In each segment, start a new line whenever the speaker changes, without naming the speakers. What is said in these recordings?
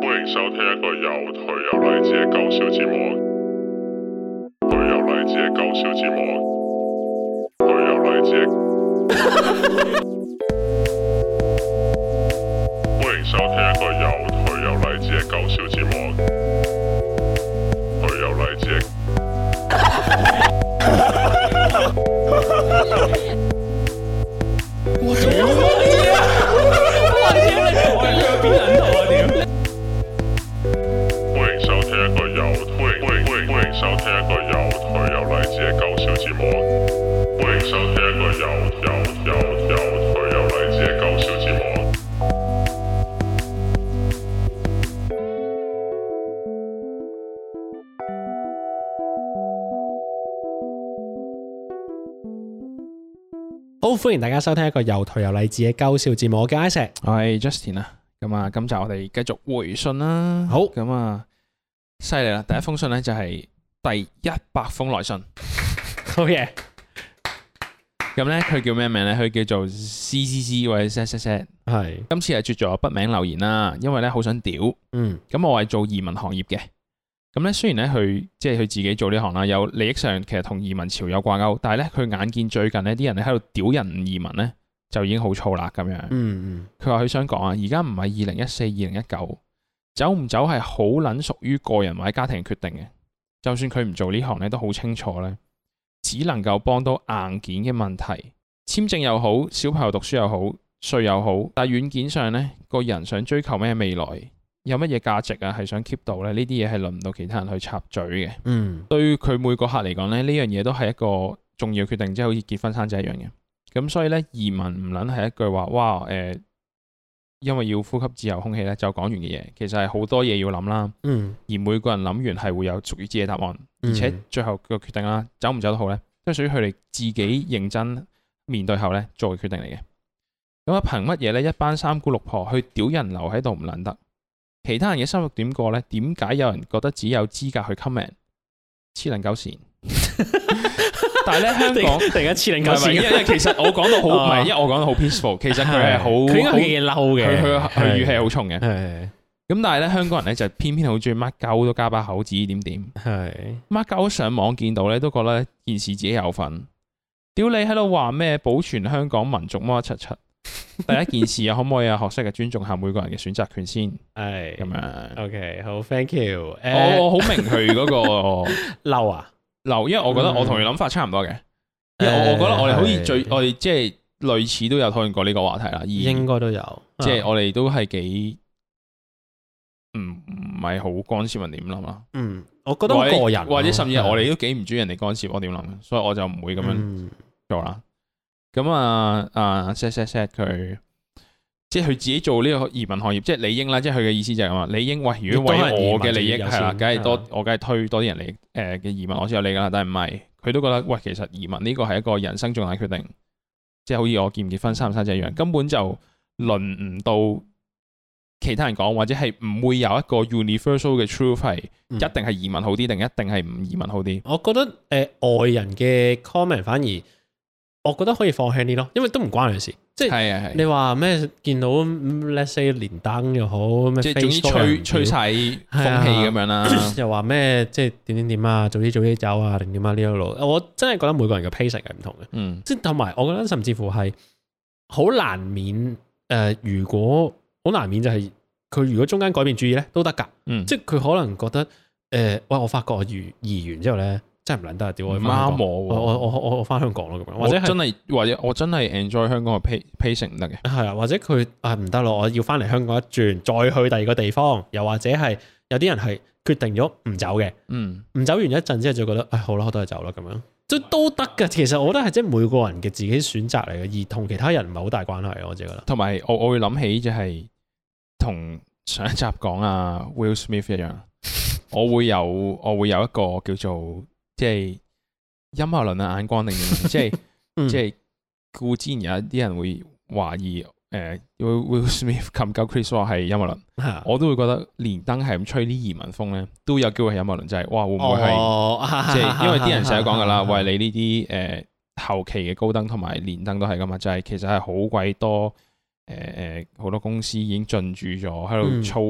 歡迎收聽一個有頹有勵志嘅搞笑節目。頹有勵志嘅搞笑節目。頹有勵志嘅。 歡迎收聽一個有頹有勵志嘅搞笑節目。頹有勵志嘅。歡迎收聽一個有歡迎歡迎歡迎歡迎收聽一個有頹有勵志嘅搞笑節目。歡迎收聽一個有有有有頹有勵志嘅搞笑節目。
好，歡迎大家收聽一個又頹又勵志嘅鳩笑節目，我叫 Isaac。
我係 Justin 啊，咁啊，今集我哋繼續回信啦。
好
咁啊，犀利啦！第一封信咧就係第一百封來信，
好嘢，
咁咧佢叫咩名咧？佢叫做 C C C 或者 Z Z Z。
係，
今次係絕咗筆名留言啦，因為咧好想屌。
嗯，
咁我係做移民行業嘅，咁咧雖然咧佢即係佢自己做呢行啦，有利益上其實同移民潮有掛鈎，但係咧佢眼見最近呢啲人咧喺度屌人唔移民咧，就已經好燥啦咁樣。
嗯
佢話佢想講啊，而家唔係二零一四、二零一九，走唔走係好撚屬於個人或者家庭決定嘅。就算佢唔做呢行咧，都好清楚咧，只能夠幫到硬件嘅問題，簽證又好，小朋友讀書又好，稅又好，但係軟件上咧，個人想追求咩未來，有乜嘢價值啊，係想 keep 到咧，呢啲嘢係輪唔到其他人去插嘴嘅。
嗯，
對佢每個客嚟講咧，呢樣嘢都係一個重要決定，即係好似結婚生仔一樣嘅。咁所以咧，移民唔撚係一句話，哇誒、呃因為要呼吸自由空氣咧，就講完嘅嘢，其實係好多嘢要諗啦。
嗯，
而每個人諗完係會有屬於自己嘅答案，而且最後個決定啦，走唔走都好咧，都係屬於佢哋自己認真面對後咧做嘅決定嚟嘅。咁啊，憑乜嘢咧？一班三姑六婆去屌人留喺度唔撚得，其他人嘅生活點過咧？點解有人覺得只有資格去 comment？黐撚鳩 線！但係咧，香港
突然間黐
唔
零
係唔係因為因為其實我講到 好唔係，因為我講到好 peaceful，其實佢係好
佢應該
好
哦係幾嬲嘅，
佢佢佢語氣係好重嘅。
係
咁但係咧，香港人咧就偏偏好中意乜鳩都加把口指指點點。
係
孖狗上網見到咧，都覺得件事自己有份。屌你喺度話咩保存香港民族乜七七？第一件事啊，可唔可以啊學識嘅尊重下每個人嘅選擇權先
係
咁樣。
OK，好，thank you。
我
誒，
我好明佢嗰個
嬲啊，
流，因為我覺得我同佢諗法差唔多嘅。因為我我覺得我哋好似最
係
我哋即係類似都有討論過呢個話題啦，而
應
即
該都有，
係我哋都係幾唔唔係好干涉人點諗啦。
嗯，我覺得好個人，
或者甚至係我哋都幾唔中意人哋干涉我點諗嘅，所以我就唔會咁樣。
樣，
做啦。咁啊啊 set set set 佢，即係佢自己做呢個移民行業，即係理應啦。即係佢嘅意思就係咁啊，理應喂，如果為
亦都係移民
我嘅利益
自己優
係
先
啦，梗係
係啊
多，我梗係推多啲人利益誒嘅移民，我先有利噶啦。但係唔係，佢都覺得喂，其實移民呢個係一個人生重大決定，即係好似我結唔結婚、生唔生仔一樣，根本就輪唔到其他人講，或者係唔會有一個 universal 嘅 truth 係一
嗯
定係移民好啲，定一定係唔移民好啲。
我覺得誒、呃外人嘅 comment 反而，我覺得可以放輕啲咯，因為都唔關佢事。即係
係啊係
你話咩見到嗯 let's say 連登又好，咩
即係總之吹吹
晒，
晒風
啊
氣咁樣啦。
又話咩即係點點點啊，早啲早啲走啊，定點啊呢一路，我真係覺得每個人嘅 pace 係唔同嘅。
嗯
即係同埋，我覺得甚至乎係好難免誒、呃如果好難免就係、佢如果中間改變主意咧都得㗎。
嗯，
即係佢可能覺得誒、呃喂，我發覺我移移完之後咧，真係唔撚得啊！屌
唔
我返香
啱
港
我
我
喎。
我我我我翻香港咯咁樣，
或
或者
者真
係
係或者我真係 enjoy 香港嘅 pace pacing 唔得嘅。
係啊，或者佢啊唔得咯，我要翻嚟香港一轉，再去第二個地方，又或者係有啲人係決定咗唔走嘅，
嗯，
唔走完一陣之後就覺得，唉哎好啦，我都係走啦咁樣，即都得嘅。其實我覺得係即係每個人嘅自己選擇嚟嘅，而同其他人唔係好大關係，我自己覺得。
同埋我我會諗起就係同上一集講啊 Will Smith 一樣， 我會有我會有一個叫做即係陰謀論嘅眼光定 點，即係
嗯
即係固之然有一啲人會懷疑誒 Will Will Smith 冚鳩 Chris Rock 係陰謀論，
係啊
我都會覺得連登係咁吹啲移民風咧，都有機會係陰謀論，就係、哇會唔會係？
哦
即係因為啲人成日講噶 啦，喂
你
你呃啊呢啲誒後期嘅高登同埋連登都係噶嘛，就係、其實係好鬼多誒誒好多公司已經進駐咗喺度
嗯
操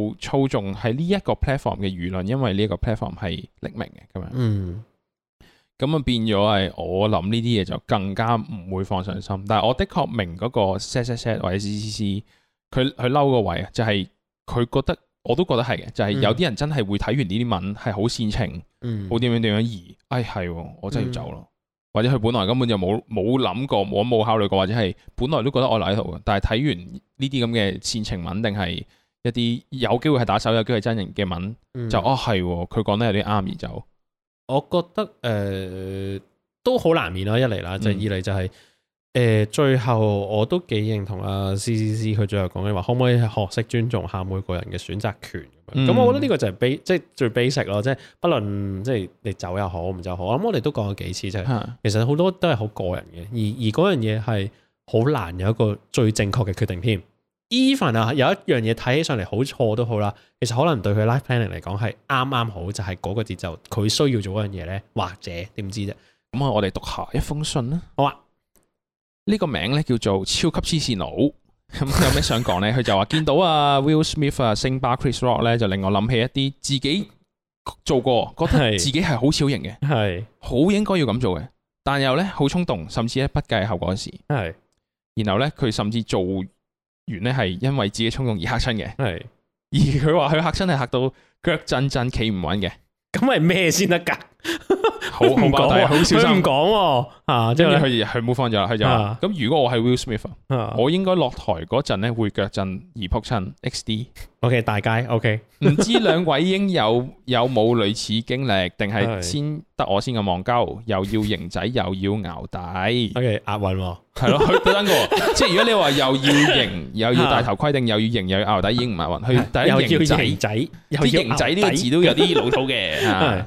操縱喺呢一個 platform 嘅輿論，因為呢一個 platform 係匿名嘅咁樣。
嗯
咁啊變咗係我諗呢啲嘢就更加唔會放上心。但係我的確明嗰個 set set set 或者 C C C，佢佢嬲個位啊，就係、佢覺得我都覺得係嘅，就係、有啲人真係會睇完呢啲文係好煽情，
嗯
好點樣點樣而，哎係喎，我真係要走咯。或者佢本來根本就冇冇諗過，冇冇考慮過，或者係本來都覺得我留喺度嘅，但係睇完呢啲咁嘅煽情文，定係一啲有機會係打手，有機會係真人嘅文，
嗯
就哦係喎，佢講得有啲啱而走。
我覺得誒、呃都好難免啦，一嚟啦，就二
嗯
嚟就係、呃最後我都幾認同阿 C C C 佢最後講嘅話，可唔可以學識尊重下每個人嘅選擇權咁樣？
嗯
咁、我覺得呢個就係 b 即係最 basic 咯，即係不論即係你走又好唔走又好，我諗我哋都講咗幾次，就係、
嚇
其實好多都係好個人嘅，而而嗰樣嘢係好難有一個最正確嘅決定添。even 啊，有一樣嘢睇起上嚟好錯都好啦，其實可能對佢 life planning 嚟講係啱啱好，就係、嗰個節奏，佢需要做嗰樣嘢咧，或者點知啫？
咁啊，我哋讀下一封信啦。
好啊，
呢個名咧叫做超級黐線佬。咁 有咩想講咧？佢就話見到啊 Will Smith 啊、星巴 Chris Rock 咧，就令我諗起一啲自己做過，覺得
係
自己係好小型嘅，
係
好應該要咁做嘅，但又咧好衝動，甚至咧不計後果嘅事。
係
然後咧佢甚至做完咧係因為自己衝動而嚇親嘅，
係，
而佢話佢嚇親係嚇到腳震震企唔穩嘅，
咁係咩先得㗎？
好好包底，
喎
好小
佢唔
心。
講喎啊！即
跟住
係
佢佢冇放咗啦，佢就話
啊：
咁如果我係 Will Smith 啊
啊
我應該落台嗰陣咧會腳震而撲親 XD。
OK 大街 OK
唔知兩位應有有冇類似經歷，定係
係
先得我先咁忘鳩，又要型仔又要牛底，係
OK 押韻喎，
咯，佢特登嘅喎。即係如果你話又要 型，又要戴頭規定，又要型又要牛底，已經唔係運。
又
佢第一
要
型仔，
型仔，又
啲
要
型仔呢
牛
個
底
字都有啲老土 嘅
係
嚇。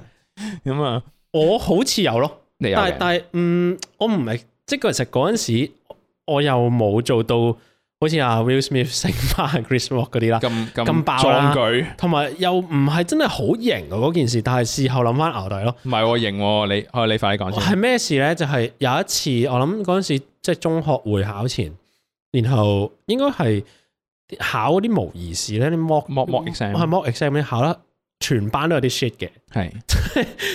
咁啊，
我好似有咯。
你有嘅
但係但係嗯，我唔係即係其實嗰陣時，我又冇做到好似阿 Will Smith 星巴 Chris Rock 嗰啲啦，
咁
咁
咁
爆
壯
啦
舉，
同埋又唔係真係好型啊嗰件事，但係事後諗翻牛底咯，
唔係喎型喎，你哦你快啲講先。
係咩事咧？就係、有一次我諗嗰陣時即係中學會考前，然後應該係考嗰啲模擬試咧，啲 mock
mock- mock exam
係 mock exam 咧考得全班都有啲 shit 嘅。
係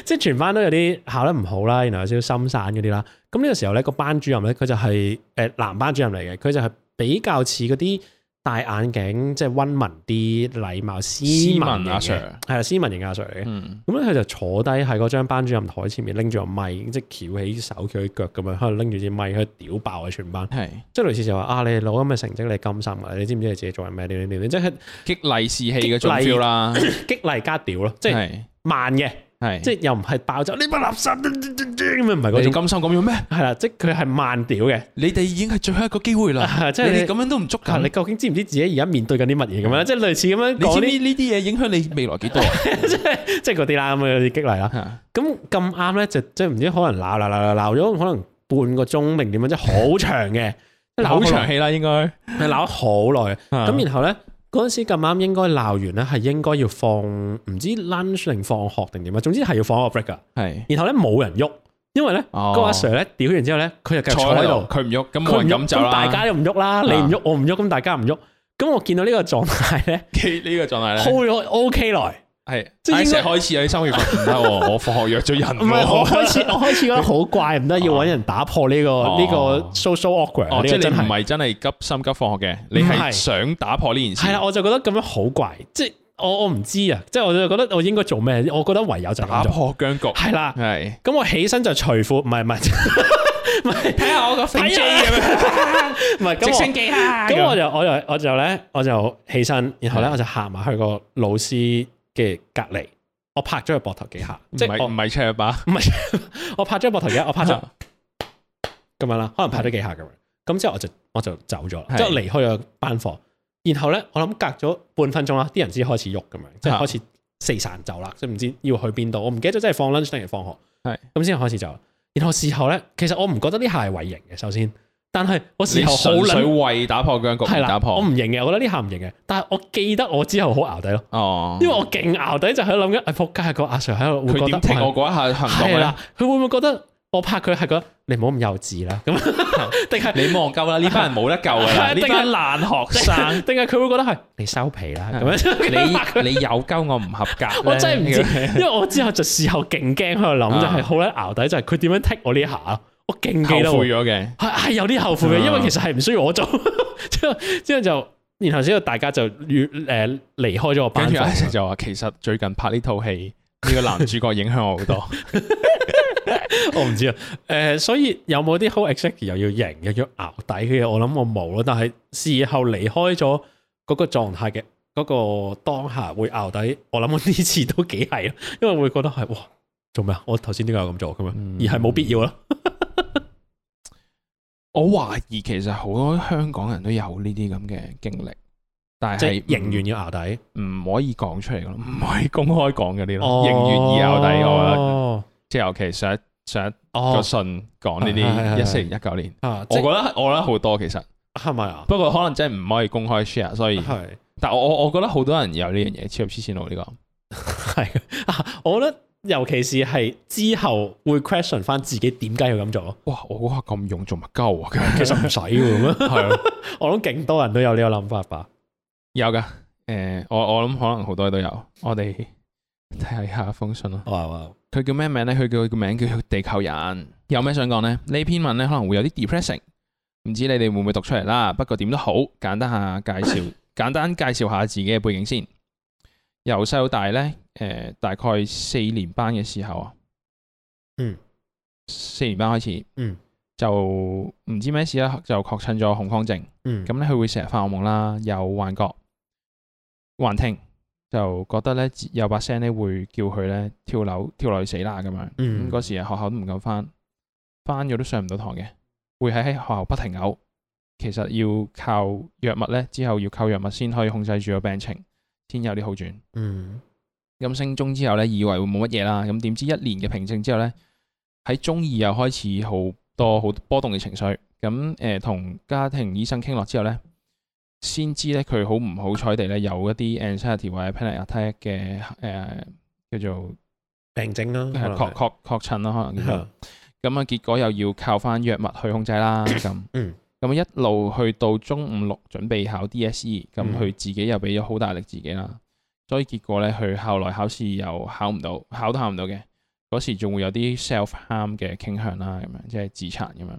即係全班都有啲考得唔好啦，然後有少少心散嗰啲啦。咁呢個時候咧，個班主任咧，佢就係、呃男班主任嚟嘅，佢就係比較似嗰啲戴眼鏡，即係温文啲、禮貌、斯
斯文
文型
阿
嘅
Sir
係啦，啊斯文型阿 Sir 嚟嘅。
嗯
咁咧佢就坐低喺嗰張班主任台前面，拎住個咪，即係翹起手、翹起腳咁樣，喺度拎住支咪，喺度屌爆啊全班！
係
即係類似就話啊，你攞咁嘅成績，你係甘心啊？你知唔知你自己做緊咩？點點點點，即係
激勵士氣嘅種
激勵
feel 啦，
激勵加屌咯，即係
係
慢嘅，
係
即係又唔係爆炸，你班垃圾咁樣，唔係嗰
你
種。
咁心咁樣咩？
係啦，即係佢係慢屌嘅，
你哋已經係最後一個機會啦，
啊
即
即
係
係
你
你
哋咁樣都唔足
啊
夠。
你
你
究竟知唔知自己而家面對緊啲乜嘢咁樣？即係類似咁樣
知
講
唔知
啲，
呢啲嘢影響你未來幾多
即係嗰啲啦，咁樣有啲激勵啦。
啊？
咁咁啱咧，就即係唔知可能鬧鬧鬧鬧鬧咗，可能半個鐘定點樣，即係好長嘅，
好長
長，
氣啦，應該。
係鬧咗好耐。
啊
咁然後咧，嗰陣時咁啱應該鬧完咧，係應該要放唔知 lunch 定放學定點啊，總之係要放一個 break 噶。
係
然後咧冇人喐，因為咧
哦
個阿 Sir 咧屌完之後咧，佢就繼續
坐
坐
喺
喺度
度，。佢唔喐，咁
佢
冇
唔
人
喐，
敢走
咁
啦。
大家都唔喐啦，你唔喐，我唔喐，咁大家唔喐。咁我見到呢個狀態咧
呢個狀態咧，
，hold 咗 OK 耐，
係
即係應該
Isaac 開始有啲心血唔得喎，我放學約咗人
唔係我
喎。
開 始，我開始覺得好怪，唔得，要揾人打破呢個
哦
呢個 social awkward 啊
哦，
呢
即
個
係
真
你唔
係
係真係急心急放學嘅，你
唔
係
係
想打破呢件事。
係啦，我就覺得咁樣好怪，即係我我唔知啊，即係我就覺得我應該做咩？我覺得唯有就咁
打
做，
破僵局。
係啦。
係
咁我起身就除褲，唔係唔係 唔係
睇下我個
肥 J
à?
咁唔係咁我
機啊
咁我就我就我就咧，我就起身，然後咧
係
我就行埋去個老師嘅隔離，我拍咗佢膊頭幾下，
唔
即係
係
我
唔係唱吧？
唔係 我拍咗佢膊頭幾 下，我拍咗
啊
咁樣啦，可能拍咗幾下咁樣。咁之後我就我就走咗啦，
係
即係離開咗班房。然後咧，我諗隔咗半分鐘啦，啲人先開始喐咁樣，即係
啊
開始四散走啦，即係唔知要去邊度。我唔記得咗，即係放 lunch 定係放學。
係
咁先開始走。然後事後咧，其實我唔覺得呢下係為型嘅，首先，但係我事
你
後好
純粹
撚
為打破僵局
係
而打
啦，我
破
唔。認嘅，我覺得呢下唔認嘅，但係我記得我之後好淆底咯，
哦，
因為我勁淆底就喺度諗緊，哎仆街個阿 Sir 喺度會
佢
覺
點
得
停
係
我嗰一下行動
係
咧
啦？，佢會唔會覺得我拍佢係覺得你唔好咁幼稚啦，咁 定係
你望夠啦，呢班人冇得救噶 啦，呢
係定係
班爛學生，
定係佢會覺得係你收皮啦咁 樣。
你你有鳩我唔合格咧，
我真係唔
咁樣
知，因為我之後就事後勁驚喺度
啊
諗，就係好撚熬底，就係佢點樣剔我呢下咯，我勁記得
後
喎
悔咗嘅。
係係有啲後悔嘅，因為
啊
其實係唔需要我做，之後之後就然後之後大家就越誒離開咗個
跟
班
住阿
房，
成就話，其實最近拍呢套戲，呢個男主角影響 我好多。
我唔知啊誒，所以有冇啲好 exact 又要贏又要熬底嘅嘢？我諗我冇咯，但係事後離開咗嗰個狀態嘅嗰個當下會熬底，我諗我呢次都幾係咯，因為會覺得係哇做咩啊？我頭先點解要咁做咁樣，
嗯
而係冇必要咯。
我懷疑其實好多香港人都有呢啲咁嘅經歷，但
即係
係
仍然要熬底，
唔可以講出嚟咯，唔可以公開講嗰啲咯，嗯仍然要熬底我覺得。
哦
即係尤其上一上一個
哦
信講呢
係係係
啲一四年一九年，
啊，
我
即
覺
係
得我覺得好多其實，
係咪啊？
不過可能真係唔可以公開 share，所以
係。
但我我我覺得好多人有呢樣嘢，超入黐線佬呢個。
系啊，我覺得尤其是係之後會 question 翻自己點解要咁做咯。
哇！我嗰下咁勇做乜鳩啊？咁
其實唔使嘅咁樣，
樣 係咯，
我諗勁多人都有呢個諗法吧。
有噶。誒，我我諗可能好多都有。我哋睇下封信啦。
哇哇，
佢叫咩名呢？佢叫佢個名叫地球人。有咩想講呢？呢篇文呢可能會有啲 depressing，唔知你哋會唔會讀出嚟啦。不過點都好，簡單下介 紹，簡單介紹下自己嘅背景先。由細到大呢，誒、大概四年班嘅時候啊，
嗯，
四年班開始，
嗯，
就唔知咩事啦，就確診咗恐慌症。
嗯
咁咧佢會成日發惡夢啦，有幻覺、幻聽，就覺得咧自有把聲咧會叫佢咧跳樓、跳落去死啦咁樣。
嗯
咁嗰時啊學校都唔夠翻，翻咗都上唔到堂嘅，會喺喺學校不停嘔。其實要靠藥物咧，之後要靠藥物先可以控制住個病情，先有啲好轉。
嗯
咁升中之後咧，以為會冇乜嘢啦，咁點知一年嘅平靜之後咧，喺中二又開始好多好波動嘅情緒。咁誒同家庭醫生傾落之後咧，先知咧佢好唔好彩地咧有一啲 anxiety 或者 panic attack 嘅誒、呃叫做呃
病症啦，可能
確
係
確確診啦，可能叫做咁啊，結果又要靠翻藥物去控制啦。咁，
嗯
咁一路去到中五六準備考 DSE，咁佢自己又俾咗好大力自己啦。所以結果咧，佢後來考試又考唔到，考都考唔到嘅。嗰時仲會有啲 self harm 嘅傾向啦，咁樣即係自殘咁樣。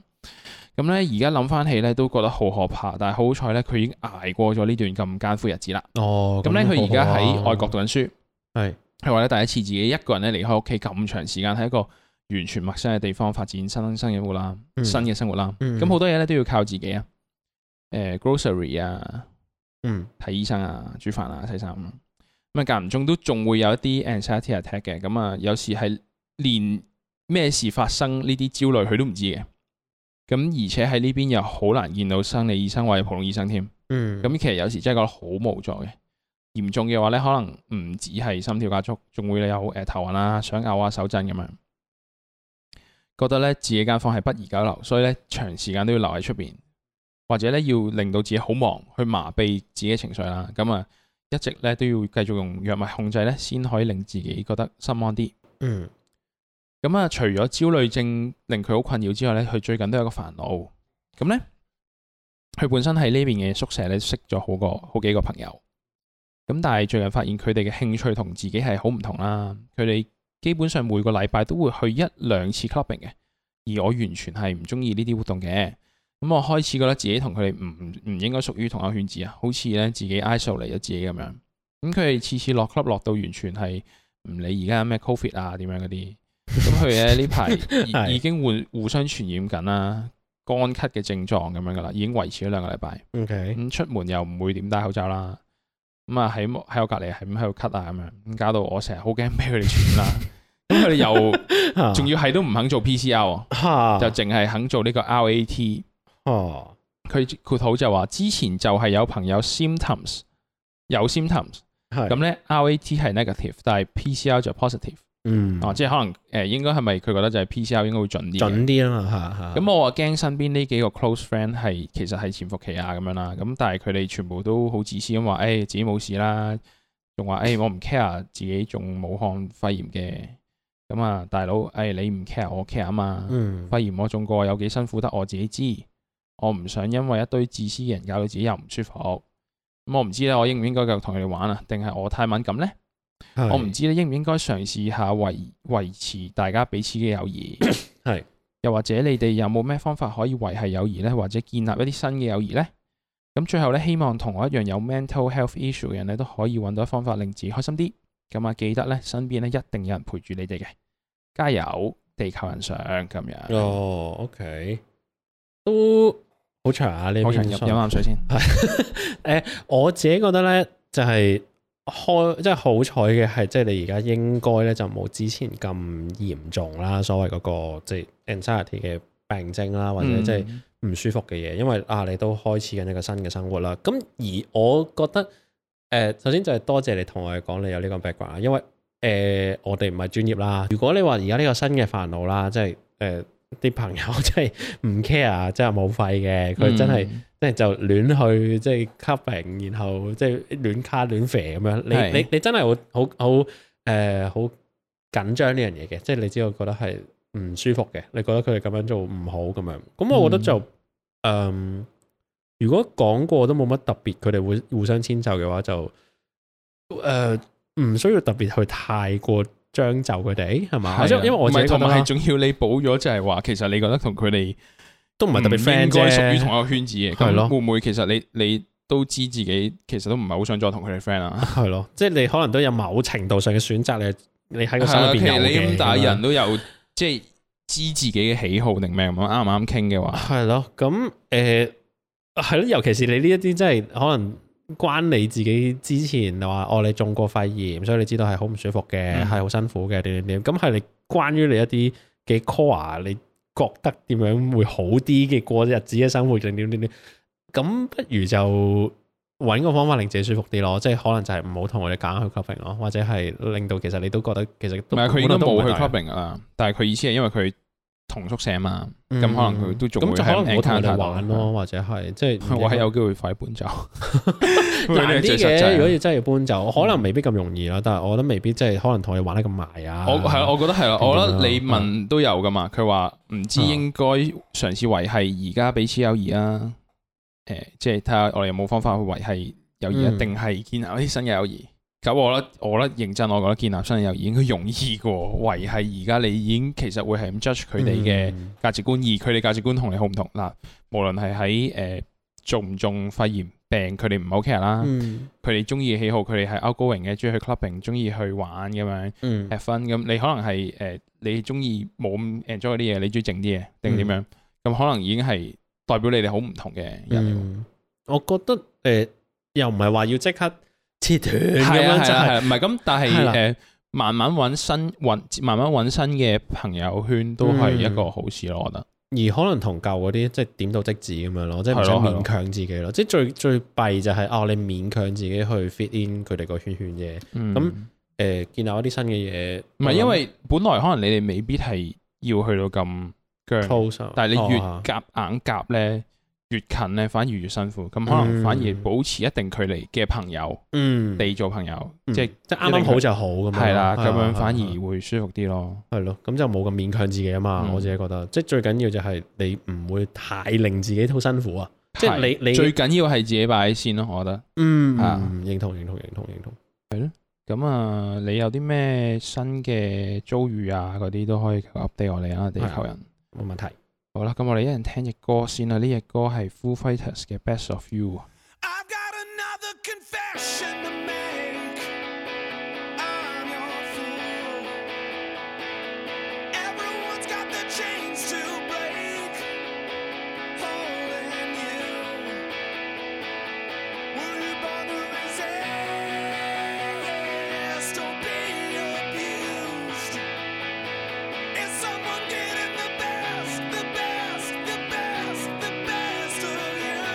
咁咧，而家諗翻起咧，都覺得好可怕。但係好彩咧，佢已經捱過咗呢段咁艱苦日子啦。
哦。
咁咧，佢而家喺外國讀
度
緊書，
係
佢話咧第一次自己一個人咧離開屋企咁長時間，喺一個完全陌生嘅地方發展新生生活啦，
嗯
新嘅生活啦。
嗯
咁好、多嘢咧都要靠自己啊，誒、grocery 啊，
嗯
睇醫生啊，煮飯啊，洗衫咁。咁啊間唔中都仲會有一啲 anxiety attack 嘅，咁啊有時係連咩事發生呢啲焦慮佢都唔知嘅。咁而且喺呢邊又好難見到生理醫生或者普通醫生添。
嗯
咁其實有時真係覺得好無助嘅。嚴重嘅話咧，可能唔止係心跳加速，仲會有誒、呃、頭暈啊、想嘔啊、手震咁樣。覺得咧自己間房係不宜久留，所以咧長時間都要留喺出邊，或者咧要令到自己好忙，去麻痹自己嘅情緒啦。咁啊，一直咧都要繼續用藥物控制咧，先可以令自己覺得心安啲。
嗯
咁啊，除咗焦慮症令佢好困擾之外咧，佢最近都有個煩惱。咁咧，佢本身喺呢邊嘅宿舍咧，識咗好個好幾個朋友。咁但係最近發現佢哋嘅興趣同自己係好唔同啦。佢哋基本上每個禮拜都會去一兩次 clubbing 嘅，而我完全係唔中意呢啲活動嘅。咁我開始覺得自己同佢哋唔唔應該屬於同一個圈子啊，好似咧自己 isolate 咗自己咁樣。咁佢哋次次落 club 落到完全係唔理而家咩 covid 啊點樣嗰啲。咁佢咧呢排
係
已已經互互相傳染緊啦，乾咳嘅症狀咁樣噶啦，已經維持咗兩個禮拜。
，OK，
咁出門又唔會點戴口罩啦。咁啊喺我喺我隔離係咁喺度咳啊咁樣，咁搞到我成日好驚俾佢哋傳染啦。咁佢哋
啊
又仲要係都唔肯做 PCR，
要
喎就淨係肯做呢個 RAT。
哦
佢括號就話之前就係有朋友 symptoms 有 symptoms，
係
咁咧 RAT 係 negative，但係 PCR 就 positive。
嗯
哦，即係可能誒、呃、應該係咪佢覺得就係 PCR 應該會準啲嘅？
準啲啊嘛嚇嚇。
咁我啊驚身邊呢幾個 close friend 係其實係潛伏期啊咁樣啦，咁但係佢哋全部都好自私咁話，誒、自哎己冇事啦，仲話誒我唔 care 自己仲武漢肺炎嘅咁啊，大佬，誒、你唔 care 我 care 啊嘛。
嗯，
肺炎我中過，有幾辛苦得我自己知。我唔想因為一堆自私嘅人搞到自己又唔舒服。咁我唔知咧，我應唔應該繼續同佢哋玩啊？定係我太敏感呢？
係
我唔知咧，應唔應該嘗試下維維持大家彼此嘅友誼？
係
又或者你哋有冇咩方法可以維係友誼呢？或者建立一啲新嘅友誼呢？咁最後咧，希望同我一樣有 mental health issue 嘅人咧，都可以揾到方法令自己開心啲。咁啊，記得咧，身邊咧一定有人陪住你哋嘅，加油！地球人上咁樣，
哦，OK，都好長啊呢
好
篇
長入
信
飲啖水先。
我自己覺得咧，就係、開即係好彩嘅係，即係你而家應該咧就冇之前咁嚴重啦，所謂嗰、個即係 anxiety 嘅病徵啦，或者即係
嗯
唔舒服嘅嘢，因為啊你都開始緊一個新嘅生活啦。咁而我覺得誒、呃首先就係多謝你同我哋講你有呢個 background 啦，因為誒、呃我哋唔係專業啦。如果你話而家呢個新嘅煩惱啦，即係誒啲朋友 即係唔 care，即係啊冇肺嘅，佢真係。
嗯
即係就亂去即係 cutting，然後即係亂卡亂肥咁樣。
係
你你你真係好好好誒好緊張呢樣嘢嘅，即係你知道覺得係唔舒服嘅，你覺得佢哋咁樣做唔好咁樣。咁我覺得就誒、嗯如果講過都冇乜特別，佢哋會互相遷就嘅話，就誒唔、需要特別去太過將就佢哋係嘛？
係
即係
啊
因為我
唔
自己
係
覺
同
得
埋
啦
係仲要你補咗，就係話其實你覺得同佢哋
都唔係特別
唔嗯
friend
應
啫，
該屬於同一個圈子嘅。
係咯
咁會唔會其實你你都知自己其實都唔係好想再同佢哋 friend 啊？
係咯，即係你可能都有某程度上嘅選擇，你你喺個心入
係啊，其
邊
實
有
你
嘅
咁大
樣
人都有即係知自己嘅喜好定咩咁啊啱唔啱傾嘅話，
係咯，咁誒係咯，尤其是你呢一啲真係可能關你自己之前話哦，你中過肺炎，所以你知道係好唔舒服嘅，係
嗯
好、辛苦嘅，點點點，咁係你關於你一啲嘅 core，你啊覺得點樣會好啲嘅過日子嘅生活定點點點，咁不如就。揾個方法令自己舒服啲咯，即係可能就係唔好同我哋揀去 clubbing 咯，或者係令到其實你都覺得其實
唔
都
係啊佢應該
本來都唔
冇
係
去
大人
clubbing 啊，但係佢意思係因為佢同宿舍 嘛，
咁
咁可能佢都仲
嗯咁
會
就可能
喺
冇同佢
encounter
哋
度
玩咯，或者係即係
或者有機會快搬走，
難
呢個
啲
最實
嘅。
際啊嗯
如果要真係要搬走，可能未必咁容易啦。但係我覺得未必即係可能同佢玩得咁埋啊。
我係啊我覺得係啦，
定
我覺
點
得
樣
你問都有噶嘛。佢話唔知
嗯
應該嘗試維係而家彼此友誼啊，誒，即係睇下我哋有冇方法去維係友誼啊，
嗯
定係建立一啲新嘅友誼。咁我覺得，我覺得認真，我覺得建立新嘅友誼應該容易過維係而家你已經其實會係咁 judge 佢哋嘅
嗯
價值觀，而佢哋價值觀同你好唔同嗱。無論係喺誒中唔中肺炎病，佢哋唔 OK 啦，
嗯
佢哋中意嘅喜好，佢哋係 outgoing 嘅，中意去 clubbing，中意去玩咁樣。
嗯
have fun 咁，你可能係誒、呃你中意冇咁 enjoy 啲嘢，你中意靜啲嘢定
嗯
點樣？咁、可能已經係代表你哋好唔同嘅人嚟喎。
嗯我覺得誒又唔係話要即刻切斷
係啊
咁樣，
係
真
啊係
係
啊，唔係咁，但係
係啦
誒、呃慢慢揾新揾，慢慢揾新嘅朋友圈都係
嗯
一個好事咯，我覺得。
而可能同舊嗰啲即係點到即止咁樣咯，即係唔
係
使
咯係咯
勉強自己咯。即係最最弊就係哦，你勉強自己去 fit in 佢哋個圈圈啫。咁嗯
咁
誒，建立一啲新嘅嘢，
唔係因為本來可能你哋未必係要去到咁
我諗
僵，
close 啊
但係你越
哦啊
夾硬夾咧，越近咧反而越辛苦。咁可能
嗯
反而保持一定距離嘅朋友，
嗯
你做朋友，
嗯
即係。
即係啱啱好就好咁樣，
係啦，咁樣反
係啊
而會舒服啲咯。
係咯，咁就冇咁勉強自己啊嘛。
嗯
我自己覺得，即係最緊要就係你唔會太令自己好辛苦啊。即係你你
最緊要係自己擺喺先咯，我覺得。
嗯
啊
嗯認同認同認同認同。
咁啊，你有啲咩新嘅遭遇啊，嗰啲都可以 update 我哋啊，地球人。
冇問題。
好啦，咁我哋一人聽只歌先啦。呢只歌係 Foo Fighters 嘅《Best of You》啊。
I've got another confession to make. I'm your fool. Everyone's got the chains to break. Holding you. Were you born to resist or be abused? Is someone getting the best, the best, the best, the best of you?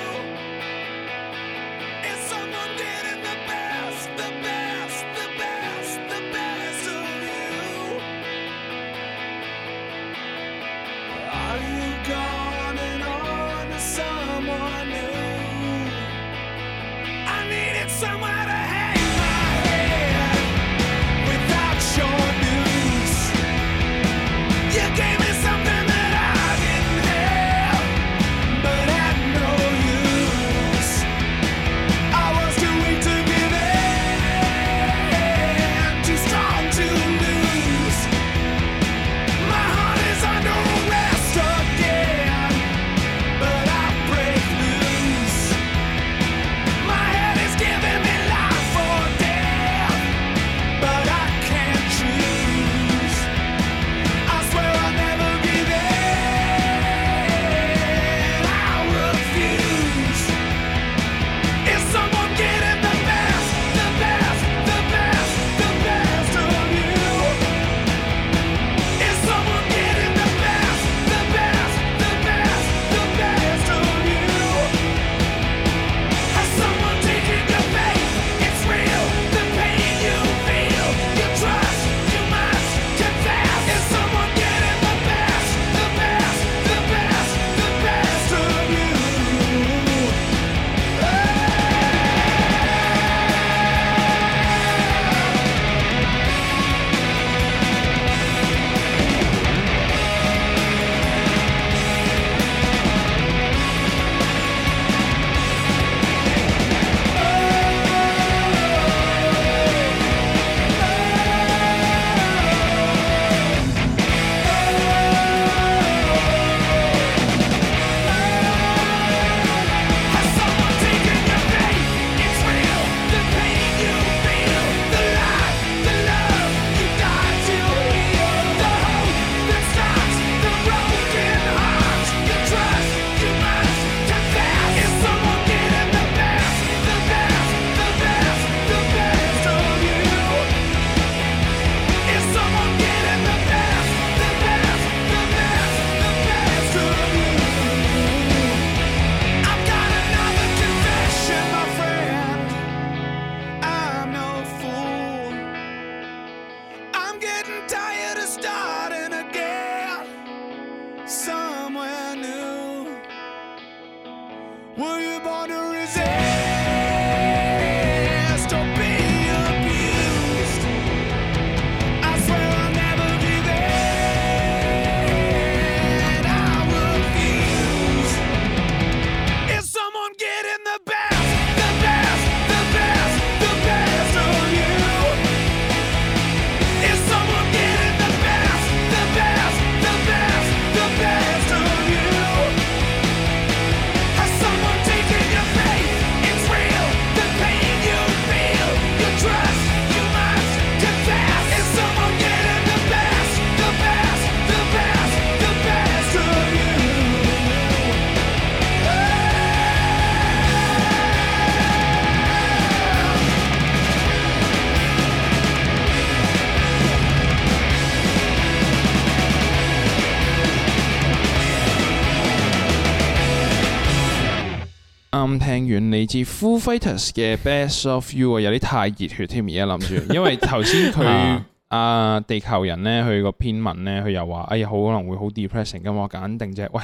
啱聽完嚟自 Full Fighters 嘅 Best of You 啊，有啲太熱血添，而家諗住，因為頭先佢
啊
啊地球人咧，佢個篇文咧，佢又話哎呀，好可能會好 depressing 咁，我揀定啫，喂，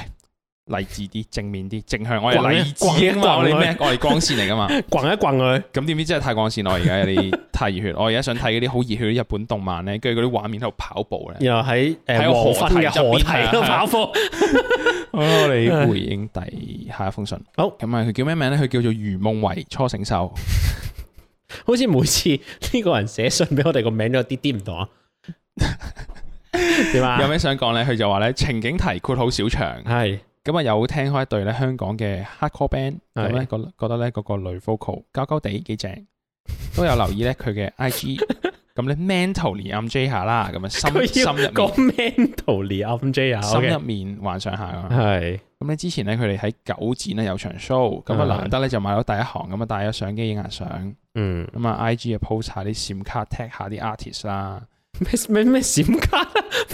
勵志啲，正面啲，正向，我哋
滾一
勵志啊嘛，我
滾一滾
哋咩？我哋光線嚟噶嘛，
棍一棍佢，
咁點知真係太光線咯，我而家有啲太熱血，我而家想睇嗰啲好熱血啲日本動漫咧，跟住嗰啲畫面喺度跑步 咧，
然後喺诶
喺個河
黃昏嘅
堤入
河
邊
堤度
係啊
跑步。
好啦，我哋回應第下一封信，
好
咁啊，佢叫咩名咧？佢叫做余夢維初醒秀。
好似每次呢個人寫信俾我哋個名都有啲啲唔 同啊。點
有
啊？
咩想講咧？佢就話咧情景題括好小場，
係
咁啊有聽開一隊咧香港嘅 hardcore band，咁咧
係
覺覺得咧嗰個女 vocal 鳩鳩地幾正，都有留意咧佢 嘅 IG，咁咧 mentally 暗 J 下啦，咁啊
佢
心心
要
入面
講 mentally 啊咁 J 啊
心入
，OK，
面幻想下啊。
係
咁咧之前咧佢哋喺九展咧有場 show，咁啊
係
難得咧就買到第一行，咁啊帶咗相機影下相，
嗯
咁啊 IG 啊 post 下啲閃卡 tag 下啲 artist 啦，
咩咩咩閃卡，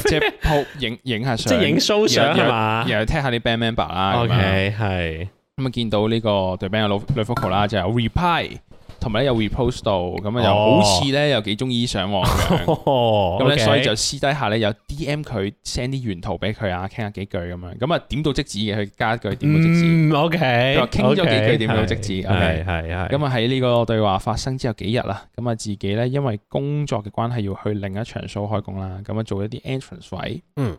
即 係 po 影影下
即
相，
係影 show 相係嘛
又 tag 下啲 band member 啦。咁樣啊
？OK，係
咁啊見到呢個對 band 嘅女女 vocal 啦，就有 reply，同埋咧有 repost 到，咁啊又
哦
好似咧又幾中意上網 咁樣。
哦
咁咧，所以就
OK
私底下咧有 D.M 佢 send 啲原圖俾佢啊，傾下幾句咁樣。咁啊點到即止嘅，佢加一句點到即止。
嗯 OK，
佢話傾咗幾句
OK，
點到即止
係
OK
係係
咁啊喺呢個對話發生之後幾日啦，咁啊自己咧因為工作嘅關係要去另一場 show 開工啦，咁啊做一啲 entrance 位，
嗯，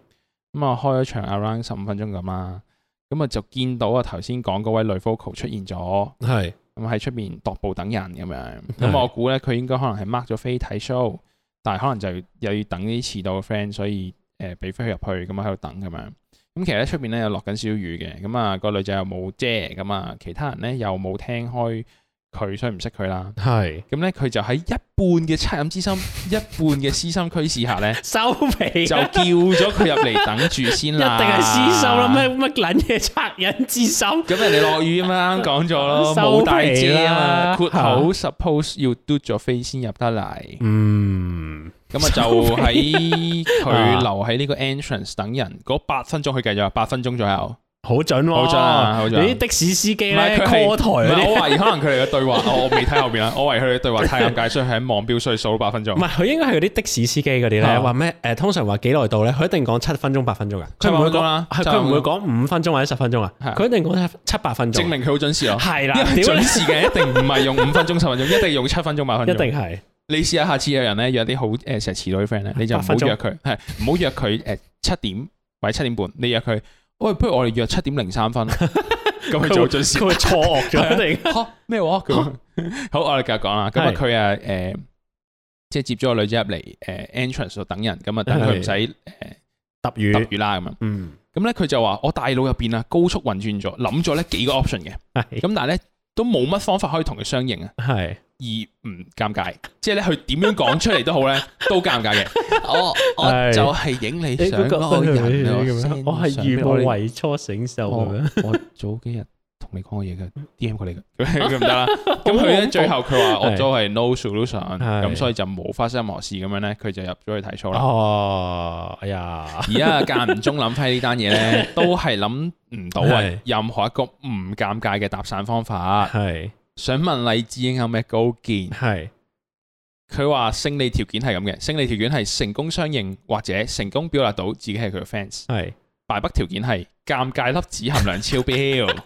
咁啊開咗場 around 十五分鐘咁啦，咁啊就見到啊頭先講嗰位女 vocal 出現咗，
係
咁喺出面踱步等人咁 樣。
係
咁我估咧，佢應該可能係 mark 咗飛睇 show，但係可能就又要等啲遲到嘅 friend，所以誒俾飛佢入去，咁啊喺度等咁樣。咁其實咧出面咧又落緊少少雨嘅，咁啊個女仔又冇遮，咁啊其他人咧又冇聽開佢，所以唔識佢啦。
係
咁咧佢就喺一半嘅惻隱 之心、一半嘅私心驅使下咧，
收皮
就
啊。
叫咗佢入嚟等住先
一定
啦。
係私心啦，乜乜撚嘢恻隱之心，
咁人哋落雨啊嘛，啱講咗咯，
收
冇帶
皮
遮啊
啦
嘛，括好 suppose 要嘟咗飛先入得嚟，
嗯，
咁啊
收
就喺
啊
佢留喺呢個 entrance 等人嗰八分鐘，佢計咗八分鐘左右。
好準喎，
好準啊好準
你啲的士司機
唔係
咧
佢係
call 台
唔
嗰
係
啲，
我懷疑可能佢哋嘅對話， 我我未睇後邊啦，我懷疑佢哋嘅對話太尷尬，所以佢喺望表，所以數到八分鐘
唔。係佢應該係嗰啲的士司機嗰啲咧，
啊
話咩誒？通常話幾耐到咧？佢一定講七分鐘八分鐘㗎，佢唔會
七分鐘
講
啦，七
係佢
分鐘
唔會講五分鐘或者十分鐘啊，
係
佢一定講七七八分鐘，
證明佢好準時咯，
係啦
因為
屌你
準時嘅一定唔係用五分鐘十分鐘，一定用七分鐘八分
一
鐘。
定係
你試下下次有人咧約啲好誒成日遲到啲 friend 咧，你就唔好
啊八分鐘
約佢，係唔好約佢誒七點或者七點半，你約佢，喂，不如我哋約七點零三 分，咁佢就好準時
佢。會錯愕
係啊
咗一定。
嚇咩話？咁 好，我哋繼續講啦。咁啊，
係
佢啊誒，即係接咗個女仔入嚟誒 entrance 度等人，咁啊等佢唔使誒
揼魚
揼，雨啦咁樣。
嗯，
咁咧佢就話：我大腦入邊啊高速運轉咗，諗咗咧幾個 option 嘅，咁
係
但係咧都冇乜方法可以同佢相應啊。
係
而唔嗯尷尬，即係咧佢點樣講出嚟都好 咧，都尷尬嘅。我
係
我就係影你
你
相
嗰個
嗰個人啊
咁樣，我係預
我
報
send
為初醒受
相
咁樣，
俾我我早幾日同你講過嘢嘅，DM 過你嘅， 咁唔得啦。咁佢咧最後佢話我都係 no solution，
哦係
咁所以就冇發生任何事咁樣咧，佢就入咗去睇 show 啦。
哦，哎呀，
而家間唔中諗翻呢單嘢 咧，都係諗唔到啊
係
任何一個唔尷尬嘅搭訕方法。
係
想問黎智英有咩高見？
係
佢話勝利條件係咁嘅，勝利條件係成功相認或者成功表達到自己係佢嘅 fans。
係
敗北條件係尷尬粒子含量超標。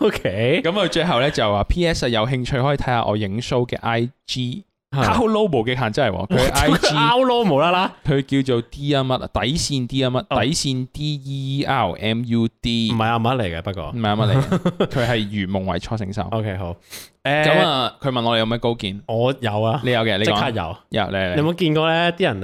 ，OK，
咁佢最後咧就話 P.S. 啊有興趣可以睇下我影 show 嘅 I.G。
係
How low 無極限真係 喎，佢 I.G
拗咯無啦啦，
佢叫做 D 啊乜底線 D 啊乜
哦
底線 D E R M U
唔
D
係阿媽嚟嘅，不過
唔係 乜嚟嘅，佢係如夢為初醒手。
OK 好，
咁
誒，
啊，佢問我哋有咩高見，
我有啊，
你有嘅，你
即刻
講
有。
有
你
嚟
有
嚟
冇見過咧？啲人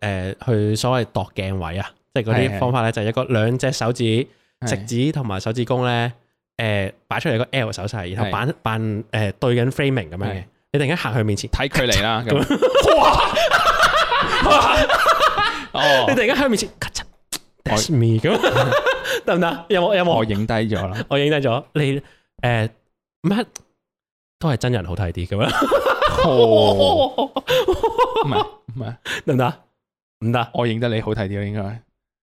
咧，誒去所謂度鏡位啊，即係嗰
係
啲
係
方法咧，就係一個兩隻手指食
係
指同埋手指公咧，誒擺出嚟個 L 手勢，然後
係
扮扮誒對緊 framing 咁樣嘅
係。
你突然間行去面前，
睇距離 啦。咁哇！哦
你突然間喺佢面前咔嚓，that's me 咁， 得唔得？有冇有
我
冇？
影低咗啦，
我影低咗你誒乜都係真人好睇啲咁樣，
唔
哦
係唔係，
得唔得？唔得。
我影得你好睇啲咯，應該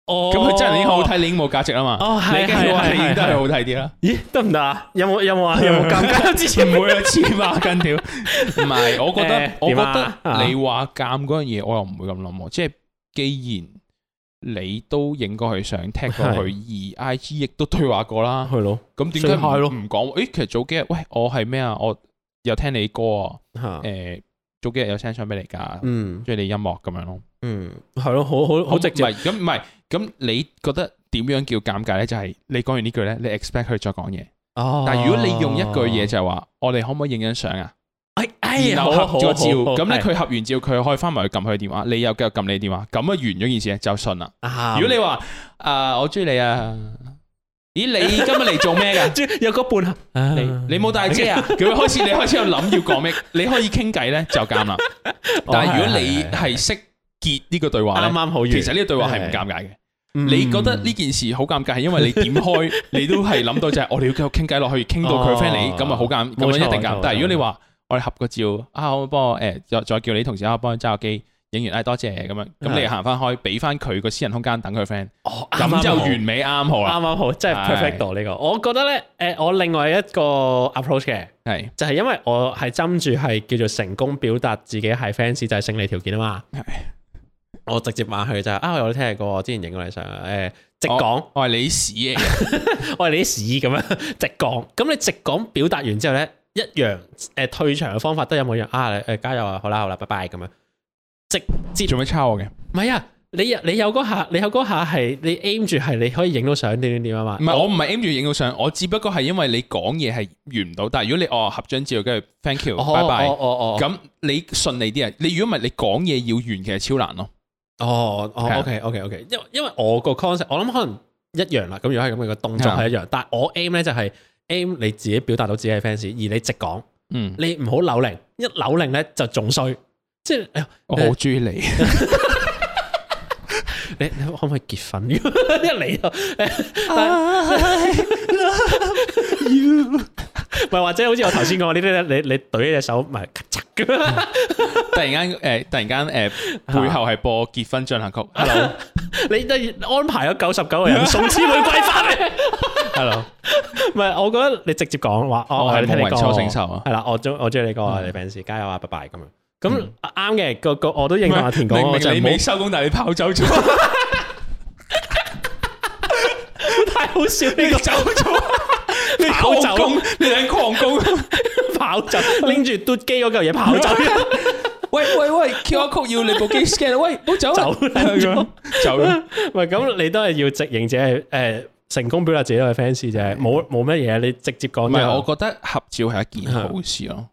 哦，
咁啊佢真人已經好睇，你已經冇價值啦嘛。
哦係
你已經好
係係
睇已經都係
係
好睇啲啦。
咦，得唔得啊？有冇有冇 啊？有冇尷尬？之前
唔會啊，黐孖 筋屌！唔係，我覺得
誒
我覺
點啊
得你話鑑嗰樣嘢，我又唔會咁諗喎。即係既然你都影過佢相，踢過佢，而 I G 亦都對話過啦，
係咯，
咁點解
最 high
唔
咯
唔講？誒，其實早幾日，喂，我係咩啊？我有聽你歌啊，
嚇，
誒，早幾日有 send 相俾你㗎，
嗯
中意你音樂咁樣咯。
嗯，係咯，好好好直接
唔係，咁唔係，咁你覺得點樣叫尷尬咧？就係你講完呢句咧，你 expect 佢再講嘢。
哦
但係如果你用一句嘢就係話，我哋可唔可以影張相啊？
哎哎
然後
好好
合咗照，
好
咁咧
係
佢合完照，佢可以翻埋去撳佢電話，你又繼續撳你電話，咁啊完咗件事咧就信啦。
啊
如果你話啊我中意你啊，咦你今日嚟做咩噶？
即係有嗰半啊
你你冇帶 遮啊？佢開始你開始有諗要講咩，你可以傾偈咧就尷 啦。但係如果你
哦係係
哦係識結呢個對話
啱啊
咧，
啱好完，嗯
其實呢個對話係唔尷尬嘅。你覺得呢件事好尷尬，係因為你點 開你都係諗到就係我哋要繼續傾偈落去，傾到佢
哦
friend 你，咁啊咪好尷，咁樣
冇錯
一定
冇
尷。
錯
但係如果你話我哋合個照啊，可唔可以幫我誒再再叫你同事啊，幫我揸個機影完，唉哎多謝咁樣，咁你
係
又行翻開，俾翻佢個私人空間等佢 friend，
哦啱啱
咁就
好啊
完美啱好啊啦。
啱啱好，真係
係
perfect 到呢個。我覺得咧，誒，我另外一個 approach 嘅，
係
就係因為我係針住係叫做成功表達自己係 fans 就係勝利條件啊嘛。
係
我直接話佢就係啊，我有聽你歌，我之前影過你相，誒，直講，
我係你屎 嚟嘅，
我係你啲屎咁樣， 直講。咁你直講表達完之後咧，一樣誒退場嘅方法都有冇一樣啊？誒加油啊，好啦好啦，拜拜咁樣。直接
做咩抄我嘅？
唔係啊，你你有嗰下，你有嗰下係你 aim 住係你可以影到相點點點啊嘛。
唔係我唔係 aim 住影到相，我只不過係因為你講嘢係完唔到。但係如果你哦合張照跟住 thank you
哦
拜拜
哦，哦哦。
咁你順利啲啊！你如果唔係你講嘢要完，其實超難咯。
哦，哦
係啊
，OK OK OK，因為因為我個 concept，我諗可能一樣啦。咁如果係咁，佢個動作
係啊
係一樣，但係我 aim 咧就係 aim 你自己表達到自己係 fans，而你直講，
嗯，
你唔好扭零，一扭零咧就仲衰。即係哎呀
我
好
中意你。
你你可唔可以結 婚？一嚟 就 唔係或者好似我頭先講呢啲咧，你你懟一隻手咪咔嚓咁樣，
突然間誒，突然間 誒，背後係播結婚進行曲。Hello，Hello，
你你安排咗九十九個人送支玫瑰翻嚟。唔係，我覺得你直接講話，哦，
我係
係聽你
無人
歌
抽成手啊
係啦，我中我中意你歌啊，
嗯
你 fans 加油啊，拜拜咁樣。咁啊啱嘅，個個我都認同阿田
明
講，我就
明你
唔
未收工，但係你跑走咗，
好太好笑呢
你
個
走 咗，你
跑走
狂攻，你喺狂攻。
跑走，拎住嘟機嗰嚿嘢跑 走，
喂喂喂，Q R code 要你部機 scan，喂，啊好走
走
咁樣走啦。
唔係咁你都係要直認者係誒成功表達自己係 fans 啫，冇冇乜嘢，你直接講
嗯唔
就
係，我覺得合照係一件好事咯。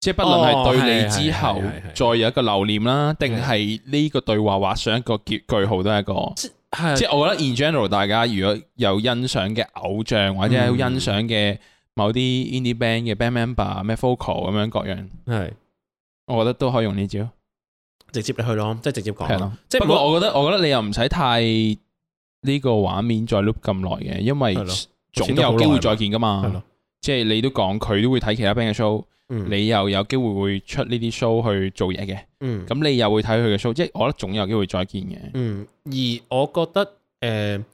即係不論
哦
係對你
係
之後
係係係係
再有一個留念啦，定係呢個對話畫上一個結句號都係一個。
係
即係我覺得 in general，大家如果有欣賞嘅偶像或者有欣賞嘅某啲 indie band 嘅 band member 咩 vocal 咁樣各樣，
係
我覺得都可以用呢招，
直接你去咯，即係直接
係
講，
咯。
哦即係
不
唔好
過我覺得我覺得你又唔使太呢個畫面再 loop 咁耐嘅，因為
係咯
總有機會再見噶
係咯
嘛。即係你都講佢都會睇其他 band 嘅 show，
嗯
你又有機會會出呢啲 show 去做嘢嘅，
嗯
咁你又會睇佢嘅 show，即係我覺得總有機會再見嘅。
嗯，而我覺得誒、呃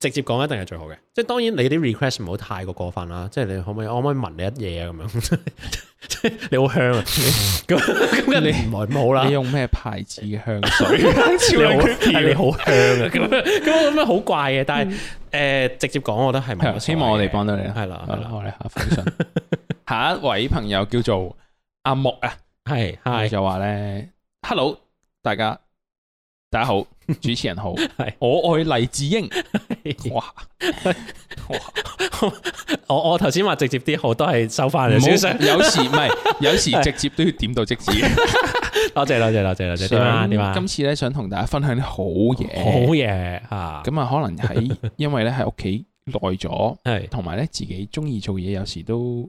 直接講一定係最好嘅，即係當然你啲 request 唔好太過過分啦，即係你可唔可以我可唔可以聞你一夜啊咁樣， 即係你好 香啊，咁咁梗係你唔係唔好啦
你。用咩牌子嘅香 水？超
你好，
級缺
係
票
你好香啊！咁樣咁樣咁樣好怪嘅，但係誒、呃直接講，我覺得係冇乜所謂嘅
嗯啊希望我哋幫到你啦。
係啦，
好
係
啊啦，
啦，
我哋下封信。 下一位朋友叫做阿木啊，
係
佢
係
就話咧：Hello，大家大家好， 主持人好
係，
我愛黎智 英。哇！
我我頭先話直接啲，好多係收翻嚟
唔好
少少。
有時唔係， 有時直接都要點到即止。
多謝多謝多謝多謝，點啊
想
點啊，
今次咧想同大家分享啲好
好
嘢，
嘢嚇，
咁啊，可能喺 因為咧喺屋企耐咗，
係
同埋咧自己中意做嘢，有時都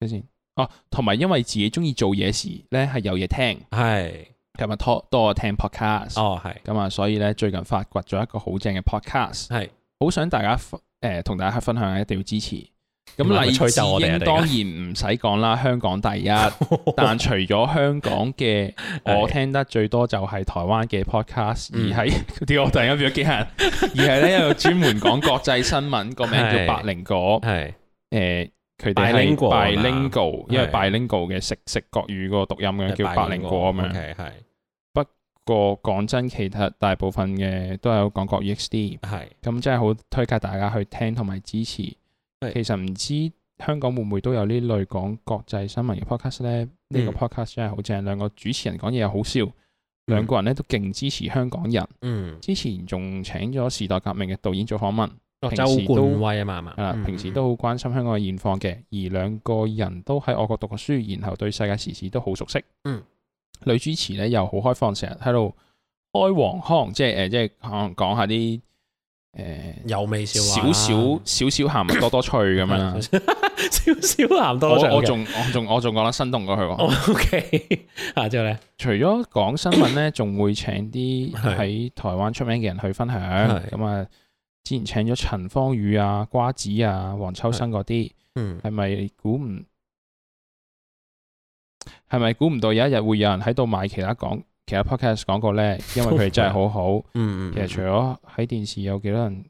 睇先。哦，同埋因為自己中意做嘢時咧係有嘢聽。
係
今日多多聽 podcast，
哦係
咁啊、所以咧最近發掘咗一個好正嘅 podcast，
係
呃好想大家誒同、大家分享，一定要支持。
唔係
咁
咪
黎
吹
智
走我哋啊
英當然唔使講啦，香港第 一。但除咗香港嘅，
係嗯
我聽得最多就係台灣嘅 podcast，而係 點解我突然間變咗機械 人？而係咧有專門講國際新聞，個名
係
叫百靈果。
係
誒，佢哋係
Bilingual 啊嘛
bilingual，因為
係
bilingual 嘅食食國語個讀音嘅叫百靈果咁樣。
，OK 係
個講真，其實大部分嘅都有講國語 XD。
係
咁真係好推介大家去聽同埋支持。
係
其實唔知香港會唔會都有呢類講國際新聞嘅 podcast 咧？呢、呢個 podcast 真係好正，兩個主持人講嘢又好笑，兩個人咧都勁支持香港人。
嗯，
之前仲請咗時代革命嘅導演做訪問，
哦
平
周
時都
冠威啊嘛係嘛，
係啦、
嗯
平時都好關心香港嘅現況嘅，而兩個人都喺外國讀過書，然後對世界時事都好熟悉。
嗯，
女主持咧又好開放，成日喺度開黃腔，即係誒、呃即係可能講下啲誒。呃
有味啊笑話
少
啦。
少少少鹹多多脆咁樣啦
少少鹹多哦咗
我我仲我仲我仲講得生動過佢喎。
OK 啊之後咧
除咗講新聞咧，仲會請啲
係
喺台灣出名嘅人去分享。
係
咁啊，之前請咗陳芳語啊、瓜子啊、黃秋生嗰啲，
嗯
係咪估唔係咪估唔到有一日會有人喺度買其他講其他 podcast 廣告咧？因為佢哋真係好好。
嗯嗯
其實除咗喺電視有幾多人？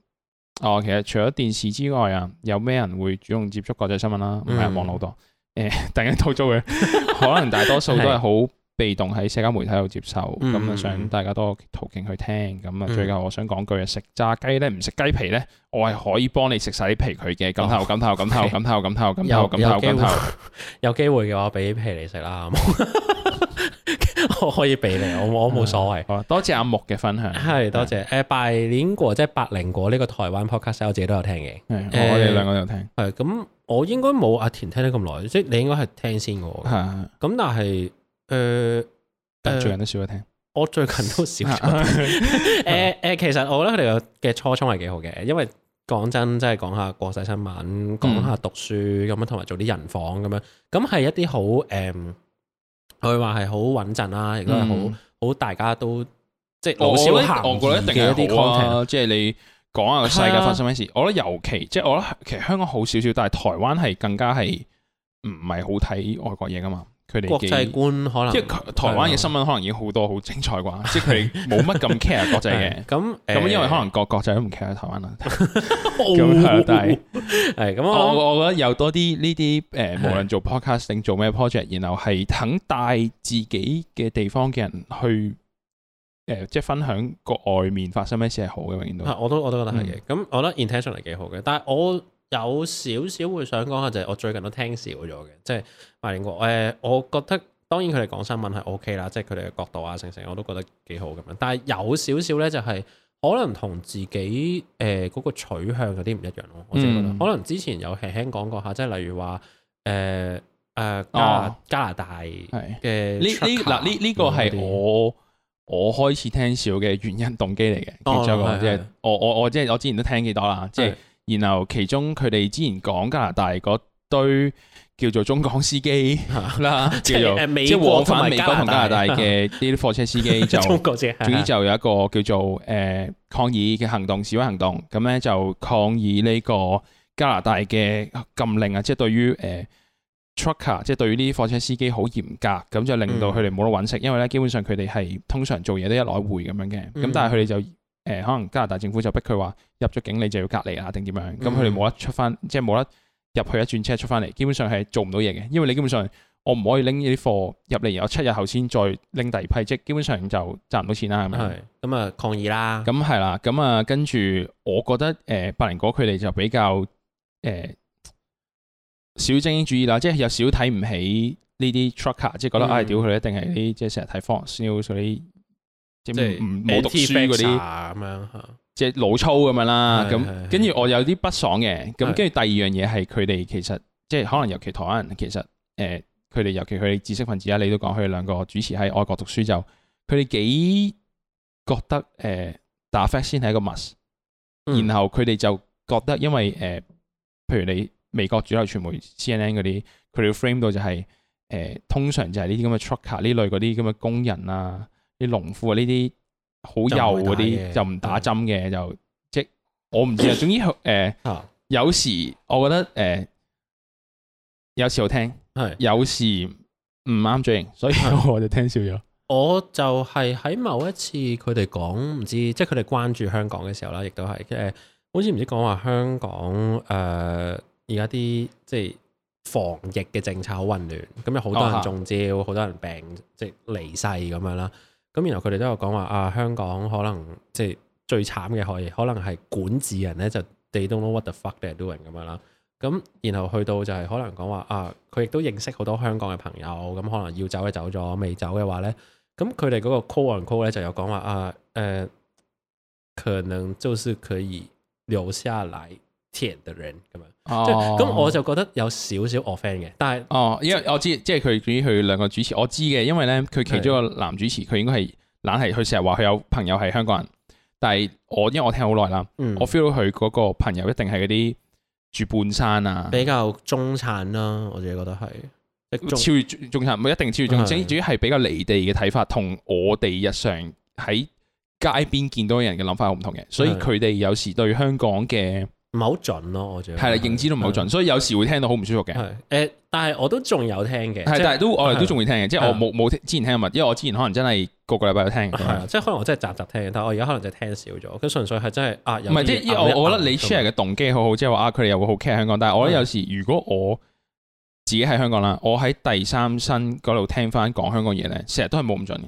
哦，其實除咗電視之外啊，有咩人會主動接觸國際新聞啦？唔係啊
嗯
網絡多。 誒，突然間吐槽嘅， 可能大多數都係好被動喺社交媒體度接受，
嗯
咁啊
嗯
想
嗯
大家多個途徑去聽。咁啊，
嗯
最後我想講句啊，食炸雞咧唔食雞皮咧，我係可以幫你食晒啲皮佢嘅。咁頭咁頭咁 頭咁頭咁頭咁頭
哦有
咁
有
頭
機
咁
會
頭。
有機會嘅話，俾皮你食啦，好 冇我可以俾你，我我冇所謂。
好啊，多謝阿木嘅 分享。
係多謝誒百年果即係百靈果呢個台灣 podcast 我自己都有聽嘅。
係。我我哋兩個都有聽。
係咁，我應該冇阿田聽得咁耐，即係你應該係聽先嘅喎。
係，
咁但係誒、呃
但最近都少咗聽。
我最近都少 咗
啊
誒誒、其實我覺得佢哋嘅初衷係幾好嘅，因為講真，即係講下國際新聞，講
嗯
下讀書咁樣，同埋做啲人訪咁樣，咁係一啲好誒，嗯佢話係好穩陣啦，亦都係
嗯
好好大家都即係
我
老
我
少
覺
咸
得我覺得一
宜
定
嘅一
係
啲
好啊
content。，
即係你講下個世界
係啊
發生咩事。我覺得尤其即係我覺得其實香港好少少，但係台灣係更加係唔係好睇外國嘢噶嘛？佢哋
國
幾
際觀啊可能
即係佢台灣嘅新聞可能已經好多好精彩 啩，即係佢哋冇乜咁 care 國際嘅
係。咁
咁
誒
因為可能各國際都唔 care 台灣啦。咁係哦
咁
但係
係 咁
我
我
我我覺得有多啲呢啲誒，無論做 podcast 定做咩 project，然後係肯帶自己嘅地方嘅人去誒，即係分享國外面發生咩事係好嘅，永遠都。
啊我都我都覺
嗯
得係嘅。咁我覺得 intention 係幾好嘅，但係我有少少會想講下就係我最近都聽少咗嘅，即係萬年國誒，我覺得當然佢哋講新聞係 OK 啦，即係佢哋嘅角度啊，成成我都覺得幾好咁樣。但係有少少咧就係、可能同自己誒嗰個取向有啲唔一樣咯，我自己覺得。
嗯
可能之前有輕輕講過下，即係例如話誒誒加拿
哦
加拿大嘅
係呢
呢
呢嗱呢呢個係我我開始聽少嘅原因動機嚟嘅，
哦
其中一個
係
即係
係
我我我即係我之前都聽幾多啦，即係然後其中佢哋之前講加拿大嗰堆叫做中港司機啦，
即
叫
係
做
誒美
即係
國
往
同
返
埋
美國同
加
加
拿
拿
大
大嘅呢啲貨車司機 就。
中國啫，
總之
係
就有一個呃叫做誒、呃抗議嘅行動示威行動，咁咧就抗議呢個加拿大嘅禁令啊，即係對於誒、呃 trucker，即係對於呢啲貨車司機好嚴格，咁就令到佢哋冇得揾食，因為咧基本上佢哋係通常做嘢都一來回咁樣嘅，咁、
嗯
但係佢哋就誒、呃可能加拿大政府就逼佢話入咗境你就要隔離啊定點樣，咁佢哋
嗯
冇得出翻，即係冇得入去一轉車出翻嚟，基本上係做唔到嘢嘅，因為你基本上。我唔可以拎呢啲貨入嚟，然後七日後先再拎第二批，即係基本上就賺唔到錢啦。咁樣
係咁啊抗議啦，
咁係啦，咁啊，跟住我覺得誒、呃百靈果佢哋就比較誒、呃少精英主義啦，即係有少睇唔起呢啲 trucker，即係覺得
嗯
唉，屌佢哋一定係啲即係成日睇 Fox News 嗰啲，即
即
係
係啊
唔唔冇讀書嗰啲
anti-vaxxer，咁樣嚇。
即係老粗咁樣啦。
係係
咁
係
跟住我有啲不爽嘅，咁跟住
係
第二樣嘢係佢哋其實即係可能尤其台灣人其實誒，呃佢、哋尤其佢哋知識分子啊，你都講佢哋兩個主持喺外國讀書就佢哋幾覺得誒、呃打 fact 先係一個 must。
嗯
然後佢哋就覺得，因為誒、呃譬如你美國主流傳媒 CNN 嗰啲，佢哋 frame 到就係、呃通常就係呢啲咁嘅 trucker 呢類嗰啲咁嘅工人啊、啲農夫啊呢啲好幼嗰啲就
就
唔
唔
打
打嘅
針嘅，
嗯
就即我唔知啊。總之誒、呃
啊
有時我覺得誒、呃有時候聽，
係
有時唔啱嘴型，所以
啊
我就聽少咗。
我就係喺某一次佢哋講唔知，即係佢哋關注香港嘅時候啦，亦都係嘅。好似唔知講話香港誒而家啲即係防疫嘅政策好混亂，咁有好多人中招，好、多人病即係離世咁樣啦。咁然後佢哋都有講話啊，香港可能即係最慘嘅可以，可能係管治人咧就 they don't know what the fuck they're doing 咁樣啦。咁然後去到就係可能講話啊，佢亦都認識好多香港嘅朋友，咁可能要走嘅走咗，未走嘅話咧，咁佢哋嗰個 call on call 咧就有講話啊，誒、可能就是可以留下來舔的人咁樣，即係咁我就覺得有少少 offend 嘅，但係
哦，因為我知，即係佢主要佢兩個主持，我知嘅，因為咧佢其中一個男主持，佢應該係懶係，佢成日話佢有朋友係香港人，但係我因為我聽好耐啦，
嗯，
我 feel 到佢嗰個朋友一定係嗰啲住半山啊，
比較中產啦，我自己覺得係，即係中
超越中中產，唔係一定超越中產，
係
即係主要係比較離地嘅睇法，同我哋日常喺街邊見到嘅人嘅諗法好唔同嘅，所以
係
佢哋有時對香港嘅
唔係好準咯，我覺得
係啦認知都唔係好準，所以有時會聽到好唔舒服嘅。
係誒，但係我都仲有聽嘅，
係，
即
但係都我哋都仲會聽嘅，即係我
係
冇冇之前聽嘅物，因為我之前可能真係個個禮拜都聽嘅。
係啊，即係可能我真係集集聽，但係我而家可能就聽少咗，佢純粹係真係啊，有
唔係
啲
即係因為
嘢
我我覺得
咬一
你
咬咁
share 嘅動機好好，即係話啊，佢哋又會好 care 香港。但係我覺得有時如果我自己喺香港啦，我喺第三身嗰度聽翻講香港嘢咧，成日都係冇咁準嘅。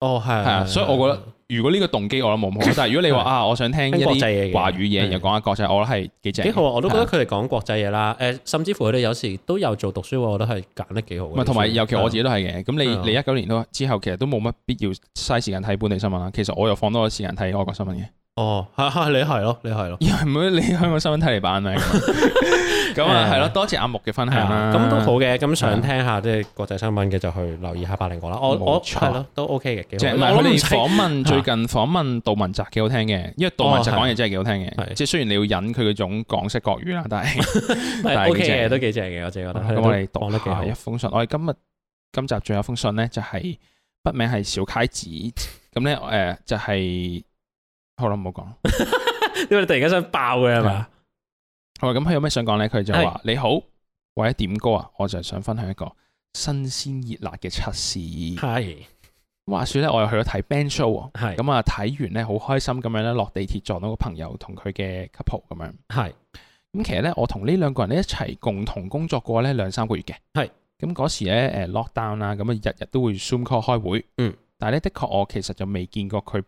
哦係
係啊，所以我覺得如果呢個動機我諗冇 咁好，但係如果你話
係
啊，我想聽一
聽國際
啲
嘢嘅
華語嘢，又講下國際，我覺得係幾正嘅。
幾好啊！我都覺得
係啊。
佢哋講國際嘢啦，誒，甚至乎佢哋有時都有做讀書喎，我覺得係揀得幾好嘅。
唔係同埋尤其我自己都係嘅。咁
係啊
你你一九年都之後，其實都冇乜必要嘥時間睇本地新聞啦。其實我又放多咗時間睇外國新聞嘅。
哦， 係係你係咯，你係咯，
因為唔好你香港新聞睇嚟版咩咁 咁啊，係咯，多謝阿木嘅分
係
享
啊，
啦，
咁都好嘅。咁想聽下即係國際新聞嘅就去留意下八零我啦。我我
冇錯
係咯，都 OK 嘅，
即
幾
係
好。
唔係佢
我諗
哋
唔使啊
訪問最近訪問杜汶澤幾好聽嘅，因為杜汶澤
哦係
講嘢真係幾好聽嘅，
係
即係雖然你要忍佢嗰種港式國語啦，但係
唔
但
係
係
OK
幾正
嘅，都幾正嘅，我自己覺得。佢
咁我哋
都講
讀
得幾
下
好
一。封信。我哋今日今集最後一封信咧，就係筆名係小楷子，咁咧 誒就係好啦，唔好講。
因為突然間想爆嘅係嘛？
好啦，咁佢有咩想講咧？佢就
係
話：你好，為咗點歌啊，我就係想分享一個新鮮熱辣嘅測試。
係
話說咧，我又去咗睇 band show 喎，
係
啊咁啊睇完咧好開心咁樣咧，落地鐵撞到個朋友同佢嘅 couple 咁樣。
係
咁其實咧，我同呢兩個人咧一齊共同工作過咧兩三個月嘅。
係
咁嗰時咧誒 lockdown 啦，咁啊日日都會 zoom call 開會。
嗯。
但係咧，的確我其實就未見過佢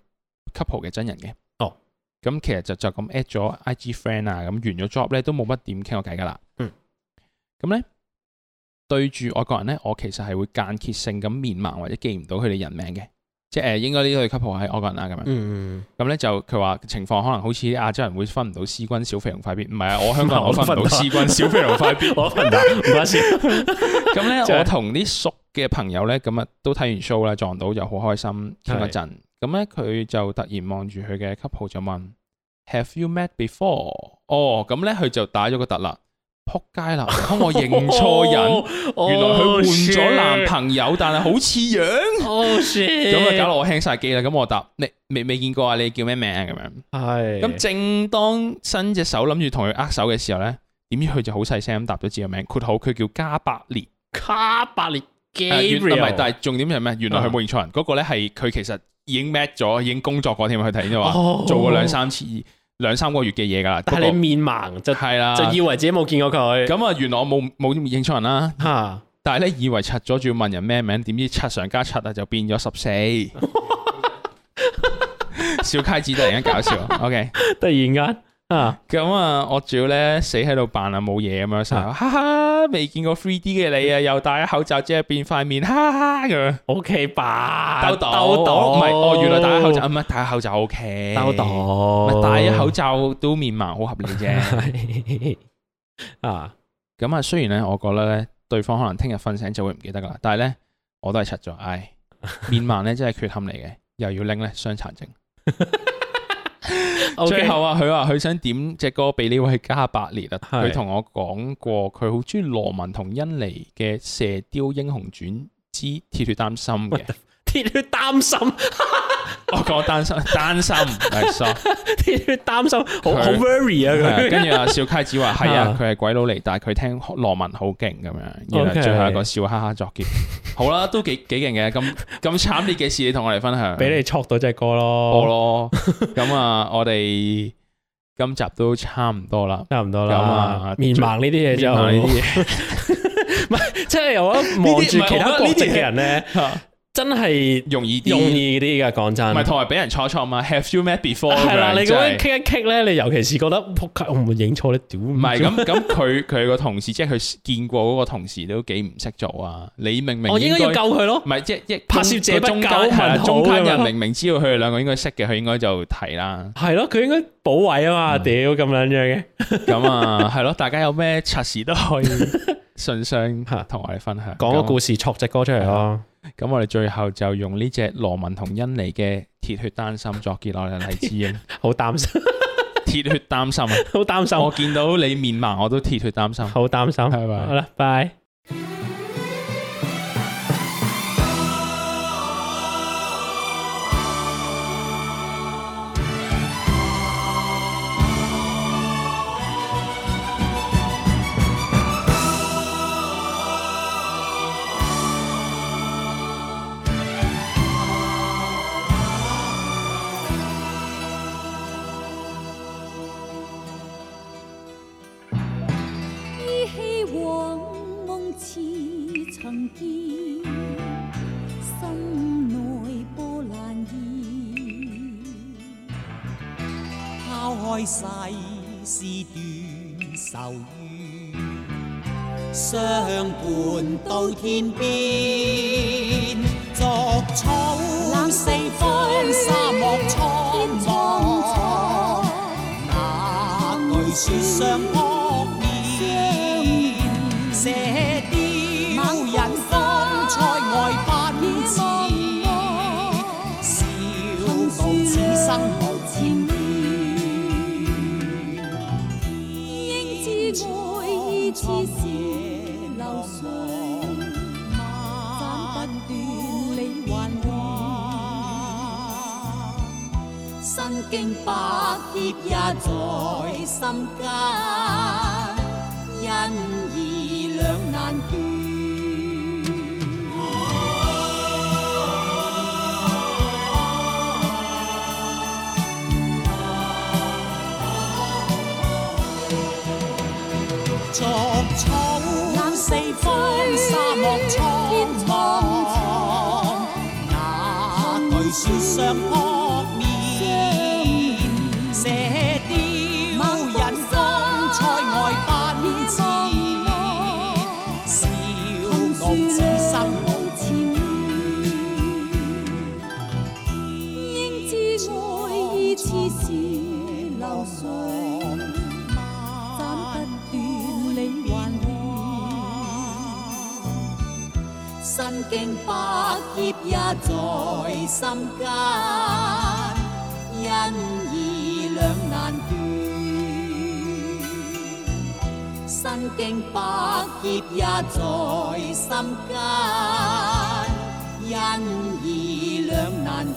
couple 嘅真人嘅。
哦。
咁其實就就咁 at 咗 IG friend 啊，咁完咗 job 咧都冇乜點傾過偈噶啦。
嗯。
咁咧對住外國人咧，我其實係會間歇性咁面盲或者記唔到佢哋人名嘅，即係誒、呃、應該呢對 couple 係外國人啊咁樣。
嗯，
咁咧就佢話情況可能好似啲亞洲人會分唔到 C 君小肥同快必，唔係啊，我香港人 我分唔到 C 君小肥同 快必。
我瞓啦，唔關事。
咁
即
咧
係
我同啲熟嘅朋友咧，咁啊都睇完 show 啦，撞到又好開心，傾一陣。咁咧佢就突然望住佢嘅 couple 就問：Have you met before？哦，咁咧佢就打咗個突啦，撲街啦！我 認錯 人，
哦，
原來佢換咗男
友。
朋友，但係好似樣。
哦 shit！
咁啊搞到我輕晒機啦。咁我答：你未未見過啊？你叫咩名啊？咁樣。
係
咁正當伸隻手諗住同佢握手嘅時候咧，點知佢就好細聲咁答咗自己嘅名，括號佢叫加百列。
卡百列
誒原唔
Gabriel
係，但係重點係咩？原來佢冇認錯
啊
人，嗰個咧係佢其實已經 met 咗，已經工作過添。佢睇就話
哦
做過兩三次、兩三個月嘅嘢㗎啦。
但係
嗰
你
個
面盲就
係啦，
就以為自己冇見過佢。
咁啊，原來我冇冇認錯人啦。
吓
但係咧，以為柒咗，仲要問人咩名，點知柒上加柒啊，就變咗十 四。 小溪子突然間搞笑，OK。
突然間啊，
咁啊，我仲要咧死喺度扮啊冇嘢咁樣成日，哈哈，未見過 3D 嘅你啊，又戴咗口罩即係變塊面，哈哈咁樣
O K 吧，
兜到，唔係，哦，原來戴咗口罩，唔係戴咗口罩 O K，
兜到，
唔係戴咗口罩都面盲好合理 啫。
係啊，
咁啊，雖然咧，我覺得咧，對方可能聽日瞓醒就會唔記得噶啦，但係咧，我都係柒咗，唉，面盲咧真係缺陷嚟嘅，又要拎咧傷殘證。 最後啊，佢話佢想點只歌俾呢位加百列啊，
係
佢同我講過，佢好中意羅文同甄妮嘅《射雕英雄傳之鐵血丹心》嘅，
鐵血擔心，
我講單 身，單身係 sorry
擔心好
佢
好 worry
係
啊
啊
佢。
跟住阿小溪子話：係啊
啊，
佢係鬼佬嚟，但係佢聽羅文好勁咁樣，然
OK
後最後一個笑哈哈作 結。好啦，都幾幾勁嘅，咁咁慘烈嘅事，你同我哋分享，
俾你戳到只歌
播
咯，
咯。咁啊，我哋今集都差唔多啦。
差唔多
咁
啦
啊。
面盲呢啲嘢 就
面盲呢啲
唔係， 即係我覺得望住其他國籍嘅人咧，真係
容易啲，
容易啲㗎。講
唔
真，
係同埋俾人錯錯嘛？Have you met before？
係
咁
啦，
樣
你咁
真係
樣傾一傾咧，你尤其是覺得仆街，我唔會影錯咧，屌唔
唔係咁咁，佢 佢個同事即係佢見過嗰個同事都幾唔識做啊！你明明
我應該要救佢咯
唔。係即即
拍攝者不
中
救
間係啊
問號
中間
咁
人
樣。
明明知道佢哋兩個應該識嘅，佢應該就提啦
係咯，佢應該補位啊嘛，屌咁樣樣嘅。
咁啊，係咯，大家有咩測事都 可以信箱同我哋分享。
講個啊故
事，
事，戳只歌出嚟咯。
咁我哋最後就用呢隻羅文同欣妮嘅鐵血丹心作結落嚟，黎智 英
好擔心，
鐵血擔心啊！
好擔心，
我見到你面盲，我都鐵血擔心。
好擔心。
係咪
好啦，拜。
依稀往夢似曾見，心內波瀾現。
抛开世事段愁怨，相伴到天边。作草
冷
四
四方
方，沙漠
蒼
苍
蒼
茫。那句说相扑面，射雕人方塞外奔驰，笑傲此生無前缘。
英姿愛意似小流水，斬不斷你還回。身經百劫也在心間，因義兩難斷。
作草
冷四方，
沙漠
天
蒼
蒼
茫。
蒼。
那句说相扑面，射雕人方塞外奔驰，笑傲此生無前缘。
英姿愛意似小流水，斬不斷你還回。身經百劫也在心間，因義兩難斷。身經百劫也在心間，因義兩難斷。